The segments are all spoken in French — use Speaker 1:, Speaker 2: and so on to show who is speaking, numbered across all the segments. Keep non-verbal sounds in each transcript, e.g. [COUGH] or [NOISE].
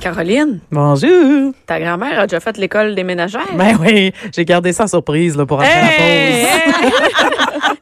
Speaker 1: Caroline,
Speaker 2: Bonjour. [LAUGHS]
Speaker 1: ta grand-mère a déjà fait l'école des ménagères.
Speaker 2: Ben oui, j'ai gardé ça en surprise là, pour après
Speaker 1: Hey!
Speaker 2: la pause.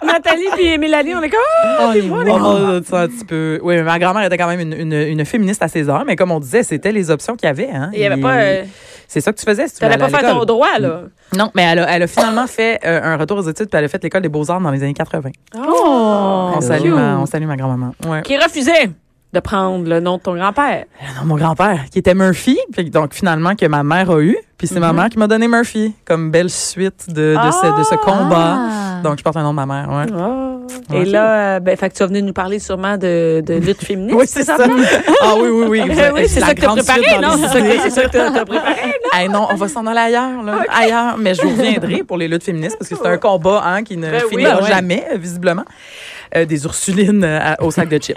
Speaker 1: [LAUGHS] Nathalie et Mélanie, on est comme. Ah,
Speaker 2: Oh,
Speaker 1: c'est moi, les
Speaker 2: on
Speaker 1: grands-mères.
Speaker 2: a ça un petit peu. Oui, mais ma grand-mère était quand même une, une- une féministe à ses heures, mais comme on disait, c'était les options qu'il y avait. Hein.
Speaker 1: Il y avait
Speaker 2: Et
Speaker 1: pas. euh,
Speaker 2: C'est ça que tu faisais si tu voulais
Speaker 1: T'allais pas
Speaker 2: aller à
Speaker 1: faire ton
Speaker 2: l'école.
Speaker 1: droit, là.
Speaker 2: Non, mais elle a, elle a finalement fait euh, un retour aux études, puis elle a fait l'école des beaux-arts dans les années 80.
Speaker 1: Oh!
Speaker 2: on, salue ma, on salue ma grand-maman. Ouais.
Speaker 1: Qui refusait de prendre le nom de ton grand-père.
Speaker 2: Ah Non, mon grand-père, qui était Murphy, puis donc finalement que ma mère a eu, puis c'est ma mère qui m'a donné Murphy, comme belle suite de, de, ce, de ce combat. Donc je porte le nom de ma mère. Ouais.
Speaker 1: Et
Speaker 2: Oh. Ouais.
Speaker 1: là, euh, ben, fait que tu vas venir nous parler sûrement de, de lutte féministe.
Speaker 2: Oui, c'est ça. [LAUGHS] Ah oui, oui, oui.
Speaker 1: Ben
Speaker 2: Vous
Speaker 1: [LAUGHS]
Speaker 2: avez
Speaker 1: oui, c'est
Speaker 2: la
Speaker 1: ça que t'as
Speaker 2: grande
Speaker 1: préparé,
Speaker 2: suite
Speaker 1: non?
Speaker 2: dans
Speaker 1: C'est ça [LAUGHS]
Speaker 2: les idées.
Speaker 1: que- c'est ça que t'as t'as préparé.
Speaker 2: [LAUGHS] Eh non, on va s'en aller ailleurs, là. ailleurs. Mais je vous reviendrai pour les luttes féministes parce que
Speaker 1: [LAUGHS]
Speaker 2: c'est un combat hein, qui ne
Speaker 1: Ben oui,
Speaker 2: finira
Speaker 1: ben ouais.
Speaker 2: jamais, euh, visiblement. Euh, des Ursulines euh, à- au sac
Speaker 1: [LAUGHS]
Speaker 2: de chips.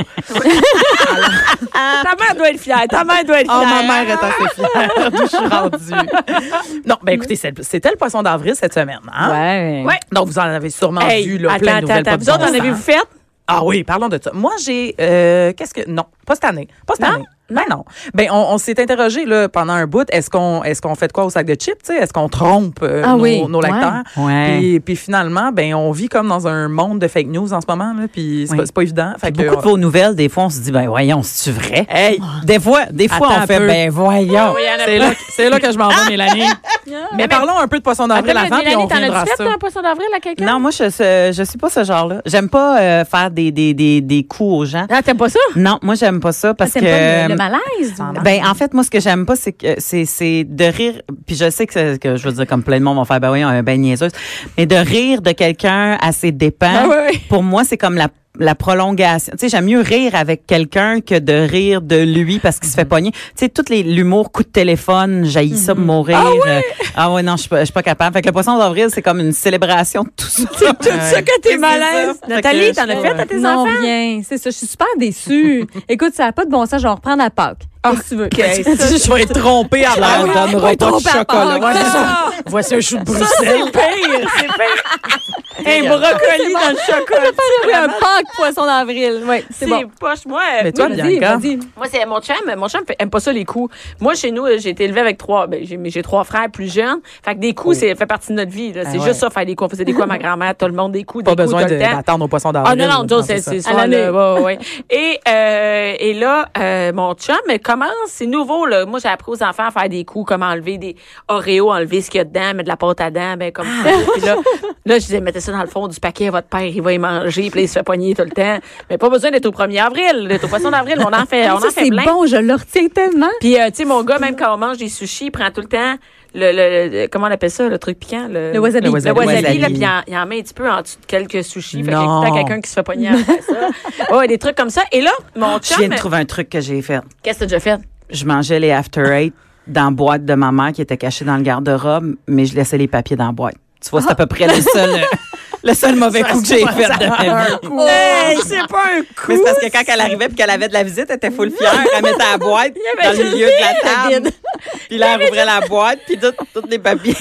Speaker 1: Ta mère doit être fière. Ta mère doit être
Speaker 2: Oh,
Speaker 1: fière.
Speaker 2: ma mère est assez fière [LAUGHS] d'où je suis rendue. Non, ben écoutez, c'est- c'était le poisson d'avril cette semaine. Hein?
Speaker 3: Ouais.
Speaker 1: Ouais.
Speaker 2: Donc, vous en avez sûrement
Speaker 1: Hey,
Speaker 2: vu là,
Speaker 1: attends,
Speaker 2: plein de
Speaker 1: attends,
Speaker 2: nouvelles.
Speaker 1: attends.
Speaker 2: pas de
Speaker 1: Vous autres,
Speaker 2: bon
Speaker 1: en
Speaker 2: sens.
Speaker 1: avez-vous fait?
Speaker 2: Ah oui, parlons de ça. Moi, j'ai. euh, Qu'est-ce que. Non, pas cette année. Pas cette
Speaker 1: Non?
Speaker 2: année. Ben non. Ben on, on s'est interrogé là pendant un bout. Est-ce qu'on est-ce qu'on fait de quoi au sac de chips tu sais? Est-ce qu'on trompe euh,
Speaker 3: Ah
Speaker 2: nos,
Speaker 3: oui,
Speaker 2: nos lecteurs
Speaker 3: ouais. Ouais.
Speaker 2: Puis, puis finalement, ben on vit comme dans un monde de fake news en ce moment là. Puis c'est
Speaker 3: Oui.
Speaker 2: pas, c'est pas évident. Fait que,
Speaker 3: Beaucoup de
Speaker 2: euh,
Speaker 3: vos nouvelles, des fois, on se dit, ben voyons, c'est-tu vrai?
Speaker 2: Hey,
Speaker 3: Des fois, des fois
Speaker 2: Attends
Speaker 3: on fait,
Speaker 2: un peu.
Speaker 3: ben voyons.
Speaker 1: Ah Oui, il y en a
Speaker 2: c'est
Speaker 1: plein.
Speaker 2: là, que- c'est là que je
Speaker 1: [LAUGHS]
Speaker 2: m'en vais, Mélanie. Mais parlons un peu de poisson d'avril
Speaker 1: Attends,
Speaker 2: avant, puis on
Speaker 1: Mélanie, t'en
Speaker 2: reviendra à
Speaker 1: as-tu fait
Speaker 2: ça.
Speaker 1: un poisson d'avril à quelqu'un?
Speaker 3: Non, moi, je, je, je suis pas ce genre-là. J'aime pas euh, faire des, des, des, des coups aux gens.
Speaker 1: Ah, t'aimes pas ça?
Speaker 3: Non, moi, j'aime pas ça parce
Speaker 1: Ah, T'aimes
Speaker 3: que. euh,
Speaker 1: pas le, hein? le malaise? du-
Speaker 3: Ben, en fait, moi, ce que j'aime pas, c'est que c'est, c'est de rire. Puis je sais que, c'est- que je veux dire, comme plein de monde vont faire, ben oui, on est ben niaiseuse. Mais de rire de quelqu'un à ses dépens,
Speaker 1: Ben oui.
Speaker 3: pour moi, c'est comme la la prolongation. Tu sais, j'aime mieux rire avec quelqu'un que de rire de lui parce qu'il se
Speaker 1: Mm-hmm.
Speaker 3: fait pogner. Tu sais, toutes les l'humour, coup de téléphone, jaillit ça de mourir. Euh, Ah ouais, non, je suis pas, je suis pas capable. Fait que le poisson d'avril, c'est comme une célébration de tout ça.
Speaker 1: C'est tout ça que t'es
Speaker 3: c'est
Speaker 1: malaise.
Speaker 3: ça.
Speaker 1: Nathalie,
Speaker 3: Fait que
Speaker 1: t'en as
Speaker 3: je-
Speaker 1: fait à tes
Speaker 4: non,
Speaker 1: enfants?
Speaker 4: rien. C'est ça, je suis super
Speaker 1: [LAUGHS]
Speaker 4: déçue. Écoute, ça n'a pas de bon sens, je vais en reprendre à Pâques. Qu'est-ce que tu veux? Ah
Speaker 2: Je vais être trompée
Speaker 1: Ah
Speaker 2: à
Speaker 3: leur donnerai
Speaker 2: pas de
Speaker 3: chocolat.
Speaker 2: Voici un
Speaker 1: [LAUGHS]
Speaker 2: chou de Bruxelles.
Speaker 1: pire, c'est pire. [LAUGHS] Un brocoli dans le chocolat.
Speaker 4: Oui, un Pâques poisson d'avril. Oui, c'est
Speaker 1: C'est
Speaker 4: bon.
Speaker 1: poche, moi.
Speaker 2: Mais toi,
Speaker 1: moi,
Speaker 4: Vas-y,
Speaker 2: Bianca.
Speaker 4: vas-y.
Speaker 1: moi, c'est mon chum. Mon chum fait- aime pas ça, les coups. Moi, chez nous, euh, j'ai été élevée avec trois. Ben, j'ai, mais j'ai trois frères plus jeunes. Fait que des coups, c'est fait partie de notre vie. là. C'est juste
Speaker 2: ouais.
Speaker 1: ça, faire des coups. On faisait des coups à ma grand-mère, tout le monde, des coups,
Speaker 2: Pas
Speaker 1: des coups
Speaker 2: besoin
Speaker 1: tout
Speaker 2: de-
Speaker 1: le temps.
Speaker 2: d'attendre au poisson
Speaker 1: Ah
Speaker 2: d'avril.
Speaker 1: non, non,
Speaker 2: Non,
Speaker 1: Joe,
Speaker 2: c'est
Speaker 1: c'est
Speaker 2: ça.
Speaker 1: c'est
Speaker 4: À l'année.
Speaker 1: soir-là, ouais, [LAUGHS] ouais. Et, euh, et là, euh, mon chum elle commence, c'est nouveau, là. Moi, j'ai appris aux enfants à faire des coups, comme enlever des Oreos, enlever ce qu'il y a dedans, mettre de la pâte à dents, ben, comme
Speaker 4: Ah.
Speaker 1: ça. Puis là, là, je disais, mettez ça dans le fond du paquet, votre père, il va y manger, puis là, il se fait pogner tout le temps. Mais pas besoin d'être au 1er avril, d'être au poisson d'avril, on en
Speaker 4: [LAUGHS]
Speaker 1: fait, on
Speaker 4: Ah, Ça,
Speaker 1: en fait
Speaker 4: c'est
Speaker 1: plein.
Speaker 4: bon, je le retiens tellement.
Speaker 1: Puis, euh, tu sais, mon gars, même quand on mange des sushis, il prend tout le temps le, le, le- comment on appelle ça, le truc piquant, le,
Speaker 4: Le wasabi.
Speaker 2: Le
Speaker 1: Le
Speaker 2: wasabi.
Speaker 1: wasabi,
Speaker 3: wasabi.
Speaker 1: là, puis il en, il en met un petit peu en dessous de quelques sushis. Fait que
Speaker 2: Non.
Speaker 1: j'ai tout le temps quelqu'un qui se fait pogner après ça. Ouais, des trucs comme ça. Et là, mon
Speaker 3: Je
Speaker 1: chum,
Speaker 3: viens de trouver un truc que j'ai fait.
Speaker 1: qu'est-ce que t'as déjà fait?
Speaker 3: je mangeais les After Eight dans la boîte de ma mère qui était cachée dans le garde-robe, mais je laissais les papiers dans la boîte. Tu vois, c'est
Speaker 1: Ah!
Speaker 3: à peu près le seul, euh, le seul mauvais coup que j'ai fait de ma vie.
Speaker 1: Hey, c'est pas un coup!
Speaker 3: Mais c'est parce que quand elle arrivait puis qu'elle avait de la visite, elle était full fière. Elle mettait la boîte
Speaker 1: [LAUGHS] Il y avait
Speaker 3: dans le
Speaker 1: juste
Speaker 3: milieu de la table. Puis là, elle ouvrait la boîte, puis tout- tous
Speaker 1: [LAUGHS]
Speaker 3: les papiers.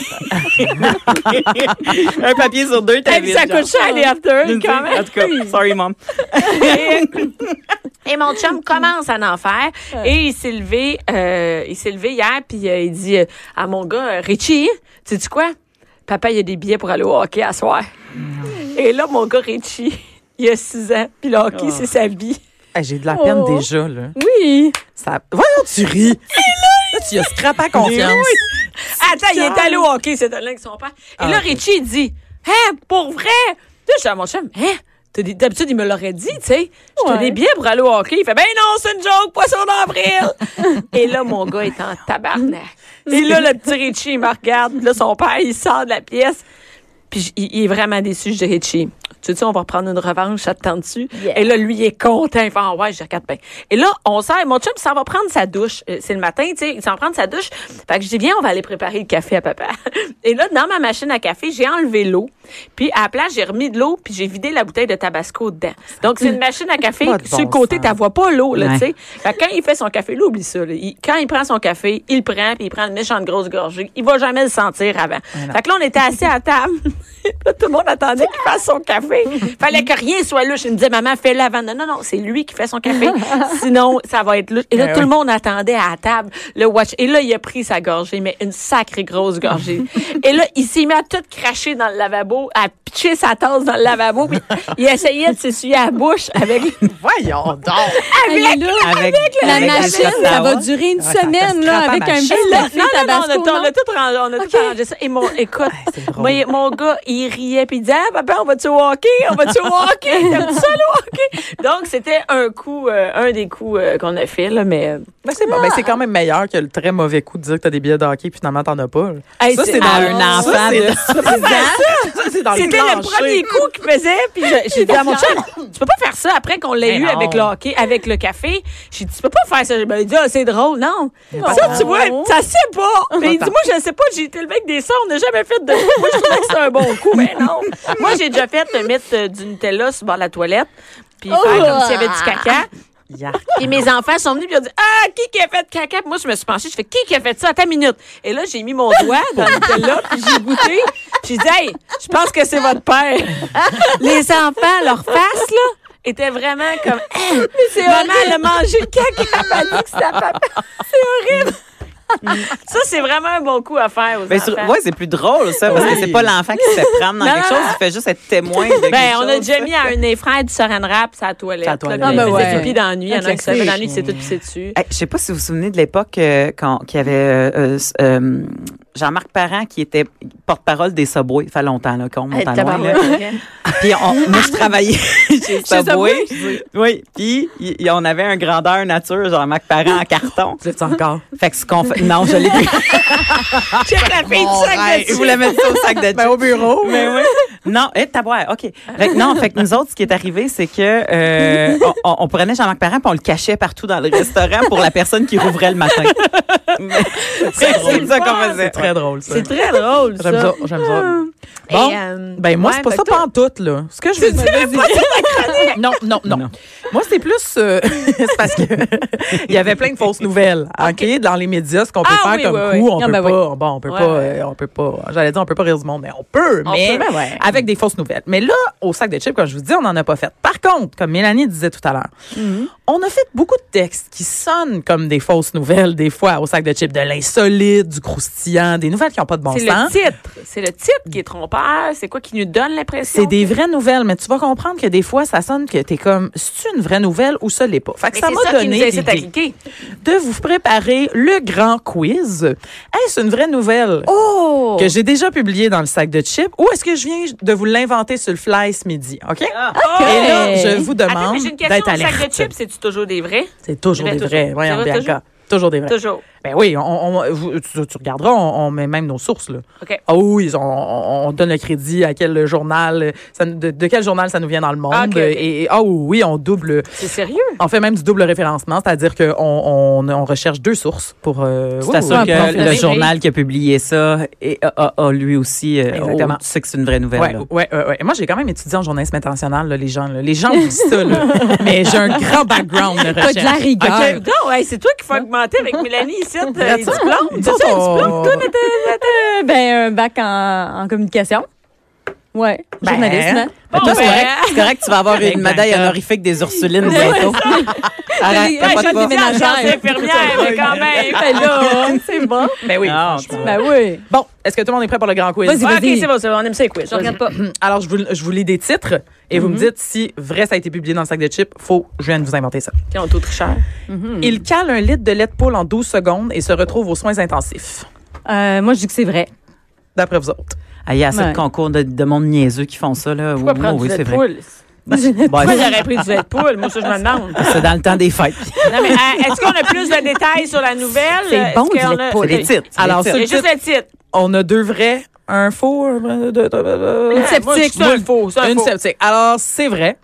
Speaker 3: Un papier sur deux,
Speaker 1: Hey,
Speaker 3: t'as
Speaker 1: puis ça coûte cher, les after quand même.
Speaker 3: En tout cas, sorry, mom.
Speaker 1: Et mon chum commence à en faire. Et il s'est levé, euh, il s'est levé hier, puis euh, il dit euh, à mon gars, euh, Richie, tu dis quoi? Papa, il y a des billets pour aller au hockey à soir. Et là, mon gars Richie, [LAUGHS] il a 6 ans, puis le hockey, c'est sa vie.
Speaker 2: Hey, Eh, J'ai de la peine
Speaker 4: Oh.
Speaker 2: déjà, là.
Speaker 4: Oui.
Speaker 2: Ça... Voyons, tu ris. Là, tu as scrapé à confiance.
Speaker 1: Attends, il est allé au hockey cette année avec son père. Et là, Richie, il dit, hein, pour vrai? Là, je suis à mon chum, hein? T'as des- D'habitude, il me l'aurait dit, tu sais. Je te
Speaker 4: Ouais.
Speaker 1: des billets pour aller au hockey. Il fait, ben non, c'est une joke, poisson d'avril. Et là, mon gars est en tabarnak. Et là, le petit Richie, il me regarde. Là, son père, il sort de la pièce. Puis j- il il est vraiment déçu, je dis, Richie, tu sais, on va prendre une revanche, ça te tente dessus. Et là, lui, il est content. Il fait, Ah ouais, je regarde bien. Et là, on sort. Mon chum, ça va prendre sa douche. Euh, C'est le matin, tu sais, il s'en prendre sa douche. Fait que je dis, viens, on va aller préparer le café à papa. [LAUGHS] Et là, dans ma machine à café, j'ai enlevé l'eau. Puis à la place, j'ai remis de l'eau, puis j'ai vidé la bouteille de tabasco dedans. Donc, c'est une machine à café.
Speaker 3: Pas de
Speaker 1: Sur
Speaker 3: bon
Speaker 1: le côté,
Speaker 3: sens.
Speaker 1: t'as vois pas l'eau, là,
Speaker 3: Ouais.
Speaker 1: tu sais. Fait que quand il fait son café, là, oublie ça, là. Il- quand il prend son café, il le prend, puis il prend une méchante grosse gorgée. Il va jamais le sentir avant. Fait que là, on était assis à table. [LAUGHS] là, tout le monde attendait qu'il fasse son café. Fallait que rien soit louche. Il me disait, maman, fais-le avant. Non, non, non, c'est lui qui fait son
Speaker 2: [LAUGHS]
Speaker 1: café. Sinon, ça va être louche. Et là,
Speaker 2: Ben
Speaker 1: tout
Speaker 2: oui.
Speaker 1: le monde attendait à la table le watch. Et là, il a pris sa gorgée, mais une sacrée grosse
Speaker 2: [LAUGHS]
Speaker 1: gorgée. Et là, il s'est mis à tout cracher dans le lavabo, à pitcher sa tasse dans le lavabo, puis il essayait de s'essuyer à la bouche avec
Speaker 2: [LAUGHS]
Speaker 3: Voyons donc.
Speaker 4: Hey, là,
Speaker 3: Avec,
Speaker 4: la
Speaker 3: avec le
Speaker 4: machine,
Speaker 3: chocolat.
Speaker 4: ça va durer une
Speaker 3: Ouais, ça-
Speaker 4: semaine
Speaker 3: ça
Speaker 4: là,
Speaker 3: se frappe
Speaker 4: avec
Speaker 3: à
Speaker 4: un
Speaker 3: machine.
Speaker 4: peu de café
Speaker 1: non, non, non, on a,
Speaker 4: tabasco.
Speaker 1: tout- on a tout rangé, on a tout rangé ça. Et mon, écoute,
Speaker 3: c'est drôle.
Speaker 1: moi, il- mon gars, il riait puis il disait, ah, papa, on va-tu au hockey? On va-tu au hockey? T'aimes ça, le hockey? Donc, c'était un coup, euh, un des coups euh, qu'on a fait, là, mais, euh,
Speaker 2: Ben, c'est bon. Ben, c'est quand même meilleur que le très mauvais coup de dire que t'as des billets de hockey puis finalement t'en as pas. là.
Speaker 1: hey,
Speaker 2: ça,
Speaker 1: c'est-
Speaker 2: c'est dans
Speaker 3: à
Speaker 2: le-
Speaker 3: un
Speaker 2: ça,
Speaker 3: enfant
Speaker 2: c'est
Speaker 3: de
Speaker 2: dans- Ça, c'est dans
Speaker 1: C'était le
Speaker 2: plancher.
Speaker 1: premier coup qu'il faisait, puis je- j'ai dit à mon chum, tu peux pas faire ça après qu'on l'ait
Speaker 3: Mais
Speaker 1: eu
Speaker 3: non.
Speaker 1: avec le hockey, avec le café. J'ai dit, tu peux pas faire ça. Il m'a dit, ah, c'est drôle, non.
Speaker 2: pas
Speaker 1: Ça,
Speaker 2: tant.
Speaker 1: tu vois, ça sait pas. Mais il dit, moi, je sais pas, j'ai été le mec des sons, on n'a jamais fait de Moi, je trouvais que c'était un bon coup, mais non. Moi, j'ai déjà fait le mythe euh, du Nutella sur le bord de la toilette, puis faire comme s'il y avait du caca.
Speaker 3: Yark.
Speaker 1: Et mes enfants sont venus et ils ont dit Ah, qui qui a fait caca? Puis moi, je me suis penchée, je fais Qui qui a fait ça? Attends une minute. Et là, j'ai mis mon doigt dans le Nutella, puis j'ai goûté. Puis j'ai dit Hey, je pense que c'est votre père. Les enfants, leur face, là, était vraiment comme Hey, Maman, elle a mangé le caca, elle a dit que c'était à papa. C'est horrible. ça, c'est vraiment un bon coup à faire aux
Speaker 3: Ben,
Speaker 1: enfants.
Speaker 3: sur- ouais, c'est plus drôle, ça, parce que
Speaker 2: Oui.
Speaker 3: c'est pas l'enfant qui se fait prendre dans
Speaker 1: Non,
Speaker 3: quelque
Speaker 1: non,
Speaker 3: chose,
Speaker 1: non.
Speaker 3: il fait juste être témoin de quelque
Speaker 1: Ben, on a
Speaker 3: chose.
Speaker 1: déjà mis à un des frères du saran wrap sa toilette.
Speaker 3: Sa toilette.
Speaker 1: Là, quand
Speaker 4: Ah, ben
Speaker 1: il faisait
Speaker 4: ouais.
Speaker 1: pipi dans la nuit, il y en a un qui s'est fait dans la nuit,
Speaker 2: Classique.
Speaker 1: c'est tout pissé dessus.
Speaker 3: Hey, je sais pas si vous vous souvenez de l'époque euh, quand qu'il y avait euh, euh, s- euh, Jean-Marc Parent qui était porte-parole des Subway. Ça fait longtemps là, qu'on monte
Speaker 1: Hey,
Speaker 3: à loin. là.
Speaker 1: tabarouette.
Speaker 3: [LAUGHS] Puis on, moi, je travaillais [LAUGHS] chez Subway.
Speaker 4: Subway,
Speaker 3: Oui. Puis y- y- on avait un grandeur nature, Jean-Marc Parent
Speaker 1: [LAUGHS]
Speaker 3: en carton.
Speaker 2: Tu l'as-tu encore?
Speaker 3: Fait que ce qu'on fait... Non, je l'ai plus.
Speaker 1: Check la fille du sac de
Speaker 3: Hey,
Speaker 1: dessus.
Speaker 3: Vous la mettez au sac de chips.
Speaker 2: Ben, au bureau.
Speaker 3: Mais oui. Non, et tabouère, OK. Fait que non, fait que nous autres, ce qui est arrivé, c'est que euh, on- on, on prenait Jean-Marc Parent puis on le cachait partout dans le restaurant pour la personne qui rouvrait le [LAUGHS] matin. Mais- C'est
Speaker 1: drôle.
Speaker 3: ça qu'on
Speaker 2: [LAUGHS]
Speaker 3: faisait.
Speaker 2: C'est très drôle, ça.
Speaker 1: C'est très drôle, ça.
Speaker 2: J'aime ça. J'aime ça. Bon.
Speaker 1: Et, euh,
Speaker 2: Ben, moi,
Speaker 1: ouais,
Speaker 2: c'est pas
Speaker 1: fait
Speaker 2: ça
Speaker 1: que toi-
Speaker 2: pantoute, là. Ce que je veux dire. [LAUGHS] Non, non, non,
Speaker 3: Non.
Speaker 2: Moi, c'est plus. euh, [LAUGHS] c'est parce que il y avait plein de fausses nouvelles. OK? Dans les médias, ce qu'on peut
Speaker 1: Ah,
Speaker 2: faire
Speaker 1: oui,
Speaker 2: comme
Speaker 1: oui,
Speaker 2: coup,
Speaker 1: oui.
Speaker 2: on
Speaker 4: Ah,
Speaker 2: peut
Speaker 4: ben
Speaker 2: pas. Bon, on peut
Speaker 1: Ouais,
Speaker 2: pas.
Speaker 1: ouais.
Speaker 2: euh, on peut pas. J'allais dire, on peut pas rire du monde, mais on peut.
Speaker 1: On
Speaker 2: mais
Speaker 1: peut, ben ouais.
Speaker 2: avec des fausses nouvelles. Mais là, au sac de chips, comme je vous dis, on n'en a pas fait. Par contre, comme Mélanie disait tout à l'heure,
Speaker 1: Mm-hmm.
Speaker 2: on a fait beaucoup de textes qui sonnent comme des fausses nouvelles, des fois, au sac de chips, de l'insolite, du croustillant, des nouvelles qui n'ont pas de bon
Speaker 1: C'est
Speaker 2: sens.
Speaker 1: le titre. C'est le titre qui est trompeur. C'est quoi qui nous donne l'impression?
Speaker 2: C'est des vraies nouvelles, mais tu vas comprendre que des fois, ça sonne que t'es comme, c'est une vraie nouvelle ou ça l'est pas. Fait que
Speaker 1: Mais
Speaker 2: ça
Speaker 1: c'est
Speaker 2: m'a
Speaker 1: ça qui nous
Speaker 2: donné
Speaker 1: incite à
Speaker 2: l'idée
Speaker 1: cliquer.
Speaker 2: de vous préparer le grand quiz. Est-ce une vraie nouvelle
Speaker 4: Oh!
Speaker 2: que j'ai déjà publiée dans le sac de chips ou est-ce que je viens de vous l'inventer sur le fly ce midi? OK? Et là, je vous
Speaker 1: Ah. Attends,
Speaker 2: demande
Speaker 1: mais j'ai une
Speaker 2: d'être
Speaker 1: question. Le sac
Speaker 2: alerte.
Speaker 1: de chips, c'est-tu toujours des vrais?
Speaker 2: C'est toujours
Speaker 1: Ben,
Speaker 2: des
Speaker 1: toujours.
Speaker 2: vrais. Voyons,
Speaker 1: C'est vrai,
Speaker 2: Bianca. Toujours des vrais.
Speaker 1: Toujours.
Speaker 2: Ben oui, on, on- vous- tu, tu regarderas, on, on met même nos sources. Là.
Speaker 1: OK.
Speaker 2: Ah oui, on, on- on donne le crédit à quel journal, euh, ça nous- de, de quel journal ça nous vient dans le monde.
Speaker 1: Ah, ok, ok.
Speaker 2: Et, et- ah oui, on double,
Speaker 1: C'est sérieux?
Speaker 2: on fait même du double référencement, c'est-à-dire qu'on on, on recherche deux sources pour. Euh,
Speaker 3: Je
Speaker 2: oui,
Speaker 3: t'assure
Speaker 2: oui,
Speaker 3: que
Speaker 2: oui.
Speaker 3: le journal qui a publié ça et, a, a- a lui aussi, euh,
Speaker 2: Exactement.
Speaker 3: oh, tu sais que c'est une vraie nouvelle.
Speaker 2: Ouais,
Speaker 3: là.
Speaker 2: ouais, ouais, ouais. Et Moi, j'ai quand même étudié en journalisme international, là, les gens. là. Les gens me disent
Speaker 1: [LAUGHS]
Speaker 2: ça, là. mais j'ai un grand background de
Speaker 4: T'as
Speaker 2: recherche.
Speaker 4: de la rigueur.
Speaker 1: OK. Non, hey, c'est toi qui faut augmenter avec Mélanie ici. euh,
Speaker 2: Regarde
Speaker 1: Les
Speaker 2: ça.
Speaker 1: diplômes.
Speaker 2: Nous
Speaker 1: T'as-tu
Speaker 2: autres,
Speaker 1: un
Speaker 2: on-
Speaker 1: diplôme?
Speaker 4: Euh, ben, un bac en, en communication. Ouais,
Speaker 2: Ben,
Speaker 4: journalisme. hein.
Speaker 3: Mais toi, c'est
Speaker 1: ben.
Speaker 3: correct, c'est correct, tu vas avoir
Speaker 2: Avec
Speaker 3: une médaille
Speaker 2: Bianca.
Speaker 3: honorifique des Ursulines [LAUGHS] bientôt. Arrête,
Speaker 4: Ouais,
Speaker 3: capote
Speaker 4: j'ai
Speaker 3: pas.
Speaker 4: une médaille.
Speaker 1: Ménagère.
Speaker 4: ménagère.
Speaker 1: infirmière, mais quand même.
Speaker 4: Ben là, c'est bon.
Speaker 2: Ben oui.
Speaker 3: Non,
Speaker 2: franchement.
Speaker 3: tu-
Speaker 4: Ben oui.
Speaker 2: Bon, est-ce que tout le monde est prêt pour le grand quiz?
Speaker 4: Vas-y,
Speaker 1: Ah,
Speaker 4: vas-y.
Speaker 1: OK, c'est bon, c'est bon. On aime ça les quiz.
Speaker 4: Je regarde pas.
Speaker 2: Alors, je vous, je vous lis des titres et
Speaker 1: Mhm.
Speaker 2: vous me dites si vrai ça a été publié dans le sac de chips, faux, je viens de vous inventer ça.
Speaker 1: Puis on est au tricheur. Mm.
Speaker 2: Il cale un litre de lait de poule en 12 secondes et se retrouve aux soins intensifs,
Speaker 4: Euh, moi, je dis que c'est vrai.
Speaker 2: d'après vous autres.
Speaker 3: Ah, il y a assez de
Speaker 4: Ouais.
Speaker 3: concours de, de monde niaiseux qui font ça. Là.
Speaker 1: Pourquoi
Speaker 3: Oui,
Speaker 1: prendre
Speaker 3: oui,
Speaker 1: du lait
Speaker 3: c'est
Speaker 1: de
Speaker 3: vrai.
Speaker 1: poule?
Speaker 4: [LAUGHS]
Speaker 3: Ben,
Speaker 1: Moi,
Speaker 3: c'est-
Speaker 1: j'aurais pris du lait de poule. Moi, ça, je me demande.
Speaker 3: c'est dans le temps des [LAUGHS] fêtes.
Speaker 1: Non, mais euh, est-ce qu'on a plus de détails sur la nouvelle?
Speaker 4: C'est
Speaker 1: Est-ce
Speaker 4: bon,
Speaker 1: qu'on
Speaker 4: du lait de
Speaker 1: a-
Speaker 4: poule.
Speaker 3: C'est les titres. c'est
Speaker 2: Alors,
Speaker 3: les
Speaker 2: ceux-
Speaker 1: C'est juste le titre.
Speaker 2: On a deux vrais un faux. euh, de- de- de-
Speaker 1: Une
Speaker 2: Ah, moi, je-
Speaker 1: sceptique,
Speaker 2: moi,
Speaker 1: c'est un faux, c'est un
Speaker 2: Une
Speaker 1: faux.
Speaker 2: sceptique. Alors, c'est vrai.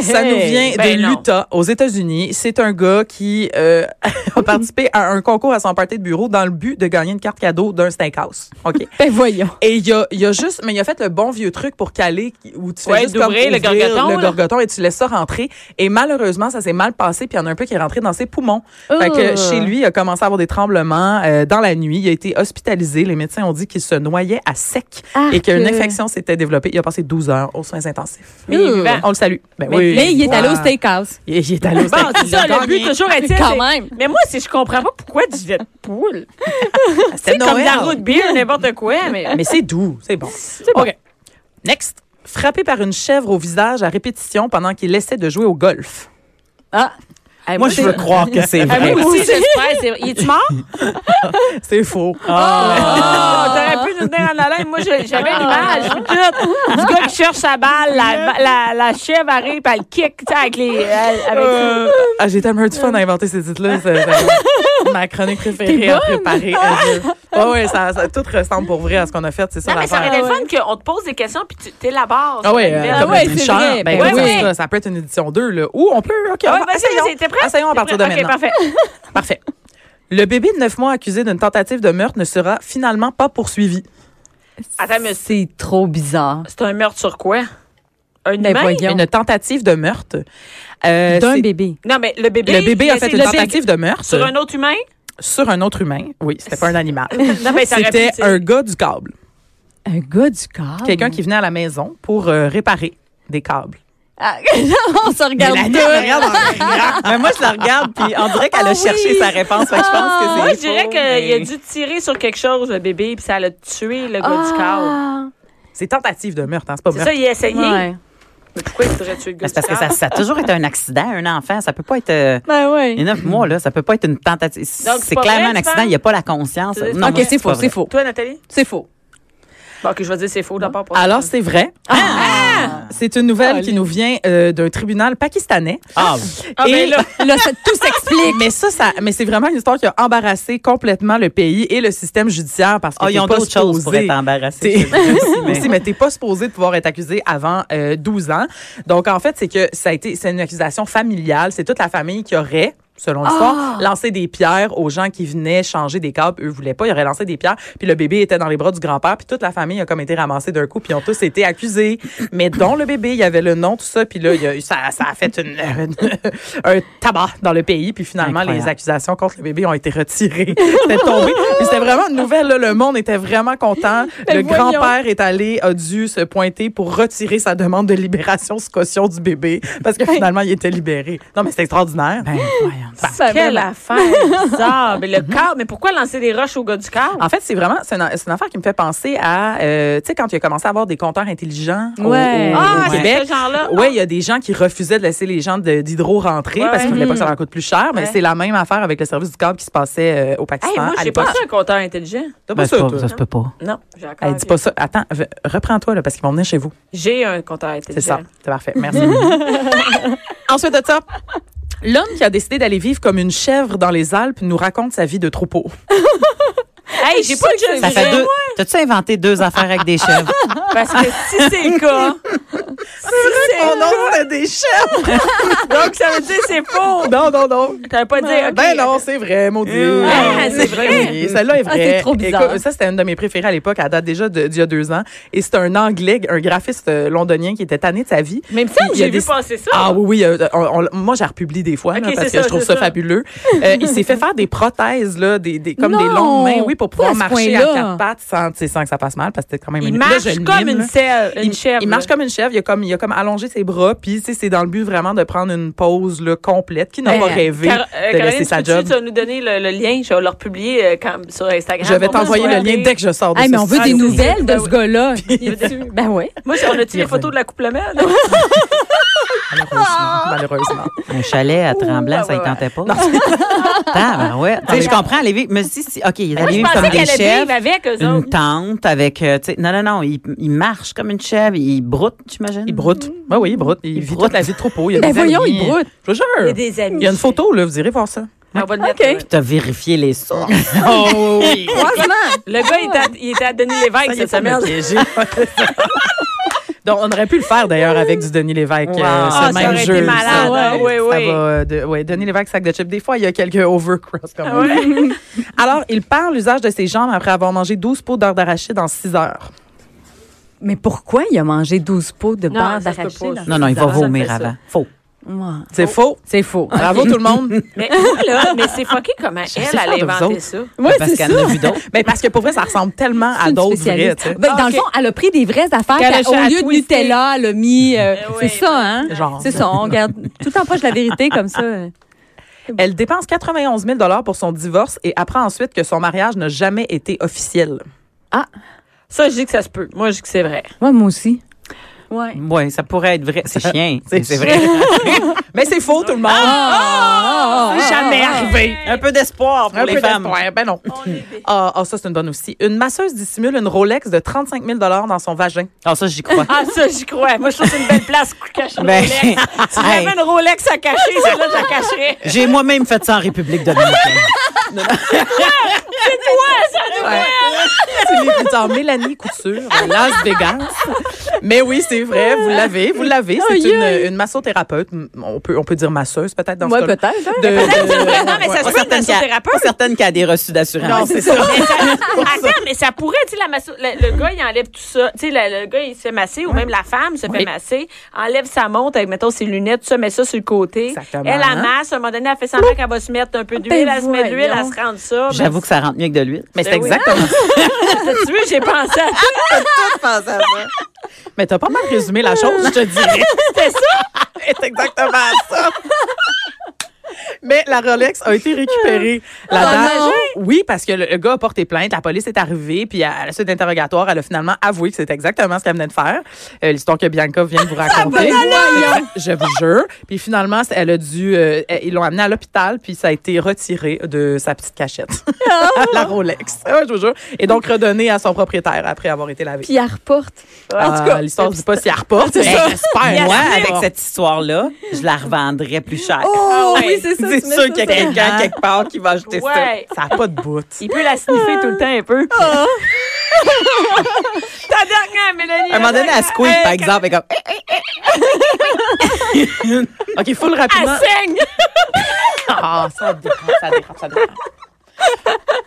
Speaker 2: Ça nous vient
Speaker 1: ben
Speaker 2: de
Speaker 1: non.
Speaker 2: l'Utah, aux États-Unis. C'est un gars qui euh, [LAUGHS] a participé à un concours à son party de bureau dans le but de gagner une carte cadeau d'un steakhouse. OK.
Speaker 4: Ben voyons.
Speaker 2: Et il y a, il y a juste, mais il a fait le bon vieux truc pour caler, qui- où tu fais
Speaker 1: Ouais,
Speaker 2: juste comme
Speaker 1: d'ouvrir le
Speaker 2: ouvrir
Speaker 1: gorgoton,
Speaker 2: le
Speaker 1: là.
Speaker 2: gorgoton et tu laisses ça rentrer. Et malheureusement, ça s'est mal passé, puis il y en a un peu qui est rentré dans ses poumons. Fait que
Speaker 4: Oh.
Speaker 2: chez lui, il a commencé à avoir des tremblements euh, dans la nuit. Il a été hospitalisé. Les médecins ont dit qu'il se noyait à sec
Speaker 1: Ah,
Speaker 2: et
Speaker 4: Arc.
Speaker 2: qu'une infection s'était développée. Il a passé 12 heures aux soins intensifs.
Speaker 1: Mais il est vivant.
Speaker 2: On le salue. Ben
Speaker 4: Mais,
Speaker 2: oui.
Speaker 4: mais il est allé au
Speaker 2: Wow.
Speaker 4: steakhouse.
Speaker 2: Il, il est allé au
Speaker 1: Bon,
Speaker 2: steak.
Speaker 1: Ah, c'est ça,
Speaker 2: Il a
Speaker 1: le but
Speaker 2: gagné.
Speaker 1: toujours est-il.
Speaker 4: Ah, Quand
Speaker 1: c'est-
Speaker 4: même.
Speaker 1: Mais moi, si je comprends pas pourquoi du jet de poule.
Speaker 2: C'était
Speaker 1: C'est comme de la
Speaker 2: Noël.
Speaker 1: route bière, n'importe quoi, mais. [LAUGHS]
Speaker 2: Mais c'est doux, c'est bon.
Speaker 1: C'est bon.
Speaker 2: OK. Next. Frappé par une chèvre au visage à répétition pendant qu'il essaie de jouer au golf.
Speaker 4: Ah,
Speaker 1: Hey,
Speaker 3: Moi, je veux
Speaker 1: c'est-
Speaker 3: croire que c'est
Speaker 1: Ah,
Speaker 3: vrai.
Speaker 1: Moi aussi, j'espère. c'est- Il est mort?
Speaker 2: C'est faux.
Speaker 1: Ah, T'aurais pu nous tenir en haleine. Moi, je- j'avais l'image. toute, Du gars qui cherche sa balle, la, la, la chèvre arrive, puis elle kick, tu sais, avec les. elle- Avec
Speaker 2: Euh, ah, j'ai tellement eu du fun à inventer
Speaker 1: [LAUGHS]
Speaker 2: ces titres-là. C'est vraiment ma chronique préférée à préparer. Oui, ouais, ça, ça- tout ressemble pour vrai à ce qu'on a fait. C'est ça
Speaker 1: Ah. Non, Ah, mais ça
Speaker 2: l'affaire.
Speaker 1: aurait été le fun qu'on te pose des questions, puis tu t'élabores.
Speaker 2: Ah ouais,
Speaker 1: sur la
Speaker 2: euh,
Speaker 1: nouvelle.
Speaker 2: comme
Speaker 4: ouais,
Speaker 2: le
Speaker 4: c'est
Speaker 2: tricheur.
Speaker 4: vrai.
Speaker 2: Ben,
Speaker 1: Ouais,
Speaker 2: oui,
Speaker 1: ouais.
Speaker 2: c'est ça, ça peut être une édition 2, là. Ou on peut, OK. on
Speaker 1: Ah
Speaker 2: va-
Speaker 1: ouais, vas-y,
Speaker 2: essayons.
Speaker 1: vas-y, t'es prêt?
Speaker 2: Essayons à partir de
Speaker 1: T'es prêt?
Speaker 2: maintenant.
Speaker 1: OK, parfait.
Speaker 2: Parfait. Le bébé de 9 mois accusé d'une tentative de meurtre ne sera finalement pas poursuivi.
Speaker 1: Attends, Ah, mais c'est-
Speaker 4: c'est trop bizarre.
Speaker 1: c'est un meurtre sur quoi? Un
Speaker 4: Ben
Speaker 1: humain?
Speaker 4: voyons.
Speaker 2: Une tentative de meurtre. Euh,
Speaker 4: D'un
Speaker 2: c'est-
Speaker 4: bébé.
Speaker 1: Non, mais le bébé.
Speaker 2: Le bébé a fait
Speaker 1: c'est-
Speaker 2: une
Speaker 1: le bébé-
Speaker 2: tentative de meurtre
Speaker 1: Sur un autre humain?
Speaker 2: sur un autre humain. Oui, c'était pas un animal.
Speaker 1: Non, mais ça aurait pu,
Speaker 2: C'était
Speaker 1: tu sais.
Speaker 2: un gars du câble.
Speaker 4: Un gars du corps.
Speaker 2: Quelqu'un qui venait à la maison pour euh, réparer des câbles.
Speaker 4: Ah, [LAUGHS] on se regarde
Speaker 2: Mélanie,
Speaker 4: tous.
Speaker 2: elle me regarde en riant. Mais moi, je la regarde, puis on dirait qu'elle a
Speaker 4: Ah oui.
Speaker 2: cherché sa réponse. Fait que je pense que c'est.
Speaker 1: Moi, je dirais
Speaker 2: faux,
Speaker 1: qu'il
Speaker 2: mais-
Speaker 1: a dû tirer sur quelque chose, le bébé, puis ça l'a tué, le gars du câble.
Speaker 4: Ah.
Speaker 2: C'est tentative de meurtre, hein, c'est pas
Speaker 1: C'est
Speaker 2: meurtre.
Speaker 1: ça, il a essayé.
Speaker 4: Ouais.
Speaker 1: Mais pourquoi il voudrait tuer le gars du
Speaker 3: Mais C'est parce que ça,
Speaker 1: câble?
Speaker 3: ça a toujours été un accident, un enfant. Ça peut pas être. euh,
Speaker 4: Ben
Speaker 3: Il y
Speaker 4: oui.
Speaker 3: a neuf mois, là, ça peut pas être une tentative.
Speaker 1: Donc, c'est
Speaker 3: C'est
Speaker 1: pas
Speaker 3: clairement
Speaker 1: vrai,
Speaker 3: un
Speaker 1: tu
Speaker 3: accident,
Speaker 1: penses?
Speaker 3: il n'y a pas la conscience.
Speaker 1: C'est-
Speaker 3: Non,
Speaker 4: OK,
Speaker 3: mais
Speaker 4: c'est faux,
Speaker 3: pas
Speaker 4: c'est
Speaker 3: vrai.
Speaker 4: faux.
Speaker 1: Toi, Nathalie?
Speaker 4: C'est faux.
Speaker 1: Bon, ok, je vais dire c'est faux d'abord. pour-
Speaker 2: Alors, c'est vrai. C'est une nouvelle qui nous vient euh, d'un tribunal pakistanais.
Speaker 3: Ah,
Speaker 1: Ah, ben
Speaker 2: Et-
Speaker 1: là,
Speaker 4: [LAUGHS] Là, ça- tout s'explique.
Speaker 2: Mais ça, ça mais c'est vraiment une histoire qui a embarrassé complètement le pays et le système judiciaire parce que
Speaker 3: Ah, ils
Speaker 2: t'es
Speaker 3: ont
Speaker 2: pas
Speaker 3: d'autres choses pour
Speaker 2: supposé-
Speaker 3: être embarrassés. Ben,
Speaker 2: T'es- aussi, [LAUGHS] mais t'es pas supposé de pouvoir être accusé avant euh, 12 ans. Donc, en fait, c'est que ça a été, c'est une accusation familiale. C'est toute la famille qui aurait, selon l'histoire, lancé des pierres aux gens qui venaient changer des câbles. Eux voulaient pas, ils auraient lancé des pierres. Puis le bébé était dans les bras du grand-père. Puis toute la famille a comme été ramassée d'un coup. Puis ils ont tous été accusés. Mais dont le bébé, il y avait le nom, tout ça. Puis là, il y a eu- ça, ça a fait une, [LAUGHS] une- un tabac dans le pays. Puis finalement,
Speaker 3: Incroyable.
Speaker 2: les accusations contre le bébé ont été retirées. [LAUGHS] C'était tombé. Puis c'était vraiment une nouvelle. là. Le monde était vraiment content.
Speaker 4: Ben
Speaker 2: le
Speaker 4: voyons.
Speaker 2: grand-père père est allé, a dû se pointer pour retirer sa demande de libération sous caution du bébé parce
Speaker 1: Ben.
Speaker 2: que finalement, il était libéré. Non, mais c'est extraordinaire.
Speaker 3: Ben, voyons donc.
Speaker 4: Ça,
Speaker 1: quelle
Speaker 4: vraiment.
Speaker 1: affaire bizarre. Mais le câble, mais pourquoi lancer des roches au gars du câble?
Speaker 2: En fait, c'est vraiment, c'est une, c'est une affaire qui me fait penser à, euh, tu sais, quand il a commencé à avoir des compteurs intelligents au- Euh,
Speaker 4: Ouais.
Speaker 2: au, au
Speaker 1: Ah, c'est
Speaker 2: Québec.
Speaker 1: ce genre-là.
Speaker 2: Oui, il y a des gens qui refusaient de laisser les gens de- d'hydro rentrer
Speaker 1: Ouais,
Speaker 2: parce qu'ils
Speaker 1: ouais.
Speaker 2: voulaient pas que ça leur coûte plus cher, mais
Speaker 1: Ouais.
Speaker 2: c'est la même affaire avec le service du câble qui se passait euh, au Pakistan
Speaker 1: Ah! Hey, moi,
Speaker 2: à
Speaker 1: j'ai pas
Speaker 2: l'époque.
Speaker 1: ça, un compteur intelligent.
Speaker 2: T'as
Speaker 3: Ben,
Speaker 2: pas
Speaker 3: c'est
Speaker 2: ça,
Speaker 3: pas-
Speaker 2: toi?
Speaker 3: ça se peut pas.
Speaker 1: Non, j'ai encore.
Speaker 2: Hey, dis pas ça. Attends, v- reprends-toi là, parce qu'ils vont venir chez vous.
Speaker 1: J'ai un compteur intelligent.
Speaker 2: C'est ça. C'est parfait. Merci. [LAUGHS] Ensuite de ça, l'homme qui a décidé d'aller vivre comme une chèvre dans les Alpes nous raconte sa vie de troupeau.
Speaker 1: Hey, j'ai pas de jeu
Speaker 3: Ça fait deux. T'as-tu inventé deux affaires avec
Speaker 1: [LAUGHS]
Speaker 3: des chèvres?
Speaker 1: Parce que si c'est le
Speaker 2: [LAUGHS]
Speaker 1: cas,
Speaker 2: Oh non, c'est des chèvres!
Speaker 1: donc ça veut dire que c'est faux.
Speaker 2: Non, non, non.
Speaker 1: T'avais pas dit, OK.
Speaker 2: Ben non, c'est vrai, maudit.
Speaker 1: Ah, c'est vrai.
Speaker 2: Oui, Celle-là est
Speaker 4: Ah, c'est
Speaker 2: vraie.
Speaker 4: trop bizarre.
Speaker 2: Écoute, ça, c'était une de mes préférées à l'époque. Elle date déjà de- d'il y a deux ans. Et c'est un Anglais, un graphiste euh, londonien qui était tanné de sa vie.
Speaker 1: Même si
Speaker 2: Il y a
Speaker 1: j'ai vu
Speaker 2: des-
Speaker 1: passer ça.
Speaker 2: Ah oui, oui. euh, on- on- moi, je la republie des fois là,
Speaker 1: Ok,
Speaker 2: parce
Speaker 1: c'est
Speaker 2: que
Speaker 1: ça,
Speaker 2: je trouve
Speaker 1: c'est
Speaker 2: ça,
Speaker 1: ça.
Speaker 2: fabuleux. Euh, il s'est fait faire des prothèses, là, des, des- comme des
Speaker 4: Non,
Speaker 2: longues mains, oui, pour
Speaker 4: pas
Speaker 2: pouvoir
Speaker 4: à ce
Speaker 2: marcher à
Speaker 4: point-là.
Speaker 2: quatre pattes sans, tu sais, sans que ça passe mal parce que c'était quand même
Speaker 1: Il
Speaker 2: une-
Speaker 1: marche
Speaker 2: là, je le
Speaker 1: comme
Speaker 2: mime,
Speaker 1: une
Speaker 2: là.
Speaker 1: selle, une
Speaker 2: il,
Speaker 1: chèvre.
Speaker 2: il marche comme une chèvre. Il a comme, il a comme allongé ses bras. Puis, tu sais, c'est dans le but vraiment de prendre une pause là, complète, qui n'a
Speaker 4: Ben,
Speaker 2: pas rêvé
Speaker 1: Car- euh,
Speaker 2: de
Speaker 1: Caroline,
Speaker 2: laisser sa
Speaker 1: peux-tu-
Speaker 2: job.
Speaker 1: Tu vas nous donner le, le lien, je vais le republier euh, quand- sur Instagram.
Speaker 2: Je vais
Speaker 1: On va
Speaker 2: t'envoyer
Speaker 1: se
Speaker 2: le
Speaker 1: regarder.
Speaker 2: lien dès que je sors de
Speaker 4: Hey,
Speaker 2: ce
Speaker 4: mais on veut des
Speaker 2: studio.
Speaker 4: nouvelles de ce gars-là.
Speaker 1: Il veut dire-
Speaker 4: Ben oui.
Speaker 1: Moi, on a-tu les photos de la couple mère?
Speaker 2: Malheureusement, malheureusement.
Speaker 3: Un chalet à Tremblant, ça ne
Speaker 1: ouais,
Speaker 3: tentait pas. [LAUGHS] Ah, ouais. Tu sais, je comprends, les vivre. Mais si, si, OK, il est allé
Speaker 1: Je
Speaker 3: vivre
Speaker 1: pensais
Speaker 3: comme des
Speaker 1: qu'elle allait
Speaker 3: chèvres.
Speaker 1: vivre avec eux
Speaker 3: Une
Speaker 1: autres.
Speaker 3: tente avec. euh, tu sais, non, non, non. Il, il marche comme une chèvre. Il broute, tu imagines?
Speaker 2: Il broute. Ben Oui, oui, il broute. Il, vit
Speaker 3: broute.
Speaker 2: toute la vie de troupeau. Il y a
Speaker 4: Ben
Speaker 2: des
Speaker 4: voyons,
Speaker 2: amis.
Speaker 4: il broute.
Speaker 2: Je vous jure.
Speaker 1: Il y a des amis.
Speaker 2: Il y a une photo, là, vous irez voir ça.
Speaker 1: On va le mettre.
Speaker 4: OK.
Speaker 1: euh,
Speaker 3: T'as vérifié les sources.
Speaker 2: Oh oui.
Speaker 4: Croisement.
Speaker 1: Le gars, il était à, il était à Denis Lévesque
Speaker 2: Ça y est,
Speaker 1: cette
Speaker 2: pour me
Speaker 1: semaine.
Speaker 2: piéger. [LAUGHS] Donc, on aurait pu le faire d'ailleurs avec du Denis Lévesque, euh,
Speaker 3: Wow.
Speaker 2: ce
Speaker 3: Ah,
Speaker 1: ça
Speaker 2: même
Speaker 1: aurait été
Speaker 2: jeu.
Speaker 1: malade, hein? Oui,
Speaker 2: ça
Speaker 1: oui.
Speaker 2: va, euh, de- ouais, Denis Lévesque, sac de chips. Des fois, il y a quelques overcross comme on dit. Alors, il perd l'usage de ses jambes après avoir mangé 12 pots d'heures d'arachide en 6 heures.
Speaker 4: Mais pourquoi il a mangé 12 pots de
Speaker 1: Non,
Speaker 4: beurre
Speaker 1: ça se peut
Speaker 4: d'arachide?
Speaker 1: pas, ça.
Speaker 3: Non, non, il va
Speaker 1: Personne
Speaker 3: vomir
Speaker 1: fait ça.
Speaker 3: avant. Faux.
Speaker 4: Ouais.
Speaker 2: C'est faux.
Speaker 4: C'est faux.
Speaker 2: Bravo tout le monde.
Speaker 1: Mais là, mais c'est fucké comment elle,
Speaker 2: pas
Speaker 1: elle a
Speaker 2: de vous
Speaker 1: inventé
Speaker 2: autres.
Speaker 1: ça.
Speaker 2: Oui,
Speaker 3: Parce qu'elle en a vu d'autres.
Speaker 2: Mais parce que pour vrai, ça ressemble tellement à
Speaker 4: une
Speaker 2: d'autres
Speaker 4: spécialiste.
Speaker 2: vrais, tu sais.
Speaker 4: Ben, dans
Speaker 1: Ah, ok.
Speaker 4: le fond, elle a pris des vraies affaires.
Speaker 1: Qu'elle a
Speaker 4: qu'elle- au
Speaker 1: ch-
Speaker 4: lieu de
Speaker 1: à twister.
Speaker 4: Nutella, elle a mis. euh,
Speaker 1: Eh
Speaker 4: c'est
Speaker 1: ouais.
Speaker 4: ça, hein?
Speaker 2: Genre.
Speaker 4: C'est ça. On regarde
Speaker 1: [LAUGHS]
Speaker 4: tout en proche de la vérité comme ça.
Speaker 2: Elle dépense 91 000 pour son divorce et apprend ensuite que son mariage n'a jamais été officiel.
Speaker 1: Ça, je dis que ça se peut. Moi, je dis que c'est vrai.
Speaker 4: Ouais, moi aussi. Ouais.
Speaker 3: Oui, ça pourrait être vrai. [LAUGHS] C'est chien.
Speaker 2: C'est-
Speaker 3: C'est vrai.
Speaker 2: Mais c'est faux, tout le monde.
Speaker 4: Ah,
Speaker 2: jamais arrivé.
Speaker 3: Un peu d'espoir pour
Speaker 2: Un
Speaker 3: les
Speaker 2: peu
Speaker 3: femmes.
Speaker 2: d'espoir. Ben non. Ah, ah, ça, c'est une bonne aussi. Une masseuse dissimule une Rolex de 35 000 dans son vagin.
Speaker 3: Ah, ça, j'y crois.
Speaker 1: Ah, ça, j'y crois. Moi, je trouve que c'est une belle place pour cacher une
Speaker 3: Ben,
Speaker 1: Rolex. Si
Speaker 3: hey.
Speaker 1: j'avais une Rolex à cacher, celle-là, je la cacherais.
Speaker 3: J'ai moi-même fait ça en République dominicaine.
Speaker 4: Eh
Speaker 2: [LAUGHS] C'est les plus tard. Mélanie Couture, à Las Vegas. Mais oui, c'est vrai, vous l'avez, vous l'avez. C'est
Speaker 4: Aïe,
Speaker 2: une, une massothérapeute. On peut, on peut dire masseuse, peut-être, dans
Speaker 4: Ouais,
Speaker 2: ce cas-là.
Speaker 4: peut-être, hein.
Speaker 2: De- Euh,
Speaker 1: Non, mais ça se
Speaker 3: Pas
Speaker 1: peut être
Speaker 3: certaine qu'elle-
Speaker 1: massothérapeute.
Speaker 3: pas certaine qu'il y a des reçus d'assurance.
Speaker 2: Non, c'est ça.
Speaker 1: Mais ça- Attends, mais ça pourrait, tu sais, la masso- le, le gars, il enlève tout ça. Tu sais, le, le gars, il se fait masser, ou même la femme se fait masser, enlève sa montre avec, mettons, ses lunettes, tout ça, met ça sur le côté.
Speaker 2: Exactement.
Speaker 1: Elle la masse, à un moment donné, elle fait semblant qu'elle va se mettre un peu d'huile, elle se met de l'huile, elle se rend ça. Ben,
Speaker 3: J'avoue que ça rentre mieux que de l'huile.
Speaker 2: Mais c'est
Speaker 4: Eh
Speaker 1: Ben oui.
Speaker 2: exactement ça.
Speaker 1: [LAUGHS] tu vois, j'ai pensé à
Speaker 2: Mais t'as pas mal résumé la chose, je te dirais.
Speaker 1: C'était ça?
Speaker 2: [LAUGHS] C'est exactement ça. Mais la Rolex a été récupérée. La
Speaker 4: Ah,
Speaker 2: dame-
Speaker 4: non.
Speaker 2: oui, parce que le, le gars a porté plainte. La police est arrivée, puis à la suite d'interrogatoire, elle a finalement avoué que c'est exactement ce qu'elle venait de faire. Euh, L'histoire que Bianca vient de vous raconter. Je vous jure. Puis finalement, c'est- elle a dû, euh, euh, ils l'ont amenée à l'hôpital, puis ça a été retiré de sa petite cachette, [LAUGHS] la Rolex. Ah, je vous jure. Et donc redonnée à son propriétaire après avoir été lavée.
Speaker 4: Puis elle reporte.
Speaker 2: en
Speaker 3: Euh,
Speaker 2: tout cas, l'histoire ne dit pas si elle reporte.
Speaker 3: Ben,
Speaker 2: mais
Speaker 3: J'espère, moi,
Speaker 2: Yes.
Speaker 3: avec cette histoire-là, je la revendrais plus cher.
Speaker 4: Oh,
Speaker 1: Ah ouais.
Speaker 4: oui, c'est ça. tu
Speaker 3: c'est
Speaker 4: mets
Speaker 3: sûr
Speaker 4: ça
Speaker 3: qu'il y a
Speaker 4: sur-
Speaker 3: quelqu'un quelque part qui va acheter
Speaker 1: Ouais.
Speaker 2: Ça n'a pas de bout.
Speaker 1: Il peut la sniffer tout le temps un peu. [LAUGHS] Ta dernière, Mélanie.
Speaker 3: ça. À un moment donné,
Speaker 1: la
Speaker 3: elle squeeze, par exemple, et comme, Eh,
Speaker 2: OK, full
Speaker 1: Elle
Speaker 2: rapidement.
Speaker 1: saigne.
Speaker 2: Ah, ça dérape, ça dérape, ça dérape.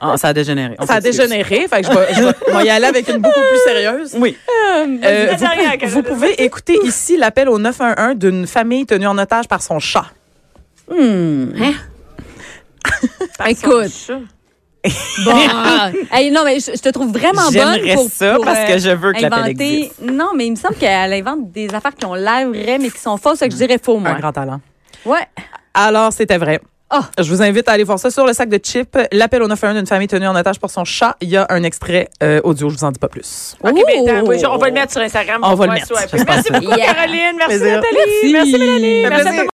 Speaker 3: Ah, ça a dégénéré. On
Speaker 2: Ça a
Speaker 3: s'excuse.
Speaker 2: dégénéré, fait que je vais, je vais- je vais y aller avec une beaucoup plus sérieuse.
Speaker 3: Oui.
Speaker 2: Euh, vous,
Speaker 1: Ça fait rien,
Speaker 2: pou-
Speaker 1: Canada.
Speaker 2: vous pouvez écouter ici l'appel au 911 d'une famille tenue en otage par son chat.
Speaker 4: Écoute. Bon. Hey, non, mais je, je te trouve vraiment bonne
Speaker 3: Ah. J'aimerais
Speaker 4: pour,
Speaker 3: ça
Speaker 4: pour,
Speaker 3: parce
Speaker 4: euh,
Speaker 3: que je veux que l'appel
Speaker 4: inventer-
Speaker 3: existe.
Speaker 4: Non, mais il me semble qu'elle invente des affaires qui ont l'air vraies, mais qui sont fausses, fait que je dirais faux, moi.
Speaker 3: Ah,
Speaker 2: Un grand talent.
Speaker 4: Ouais.
Speaker 2: Alors, c'était vrai.
Speaker 4: Ah.
Speaker 2: Je vous invite à aller voir ça sur le sac de chips. L'appel au 911 d'une famille tenue en otage par son chat. Il y a un extrait euh, audio, je vous en dis pas plus.
Speaker 1: OK,
Speaker 3: ben,
Speaker 1: mais attends,
Speaker 4: Oh.
Speaker 1: oui, on va le mettre sur Instagram.
Speaker 2: On
Speaker 1: pour
Speaker 2: va le
Speaker 1: pouvoir swiper.
Speaker 2: mettre, j'espère
Speaker 1: Merci
Speaker 2: ça.
Speaker 1: beaucoup,
Speaker 4: Yeah.
Speaker 1: Caroline. Merci,
Speaker 2: Plaisir.
Speaker 1: Nathalie. Merci, Mélanie. Merci à tout le monde.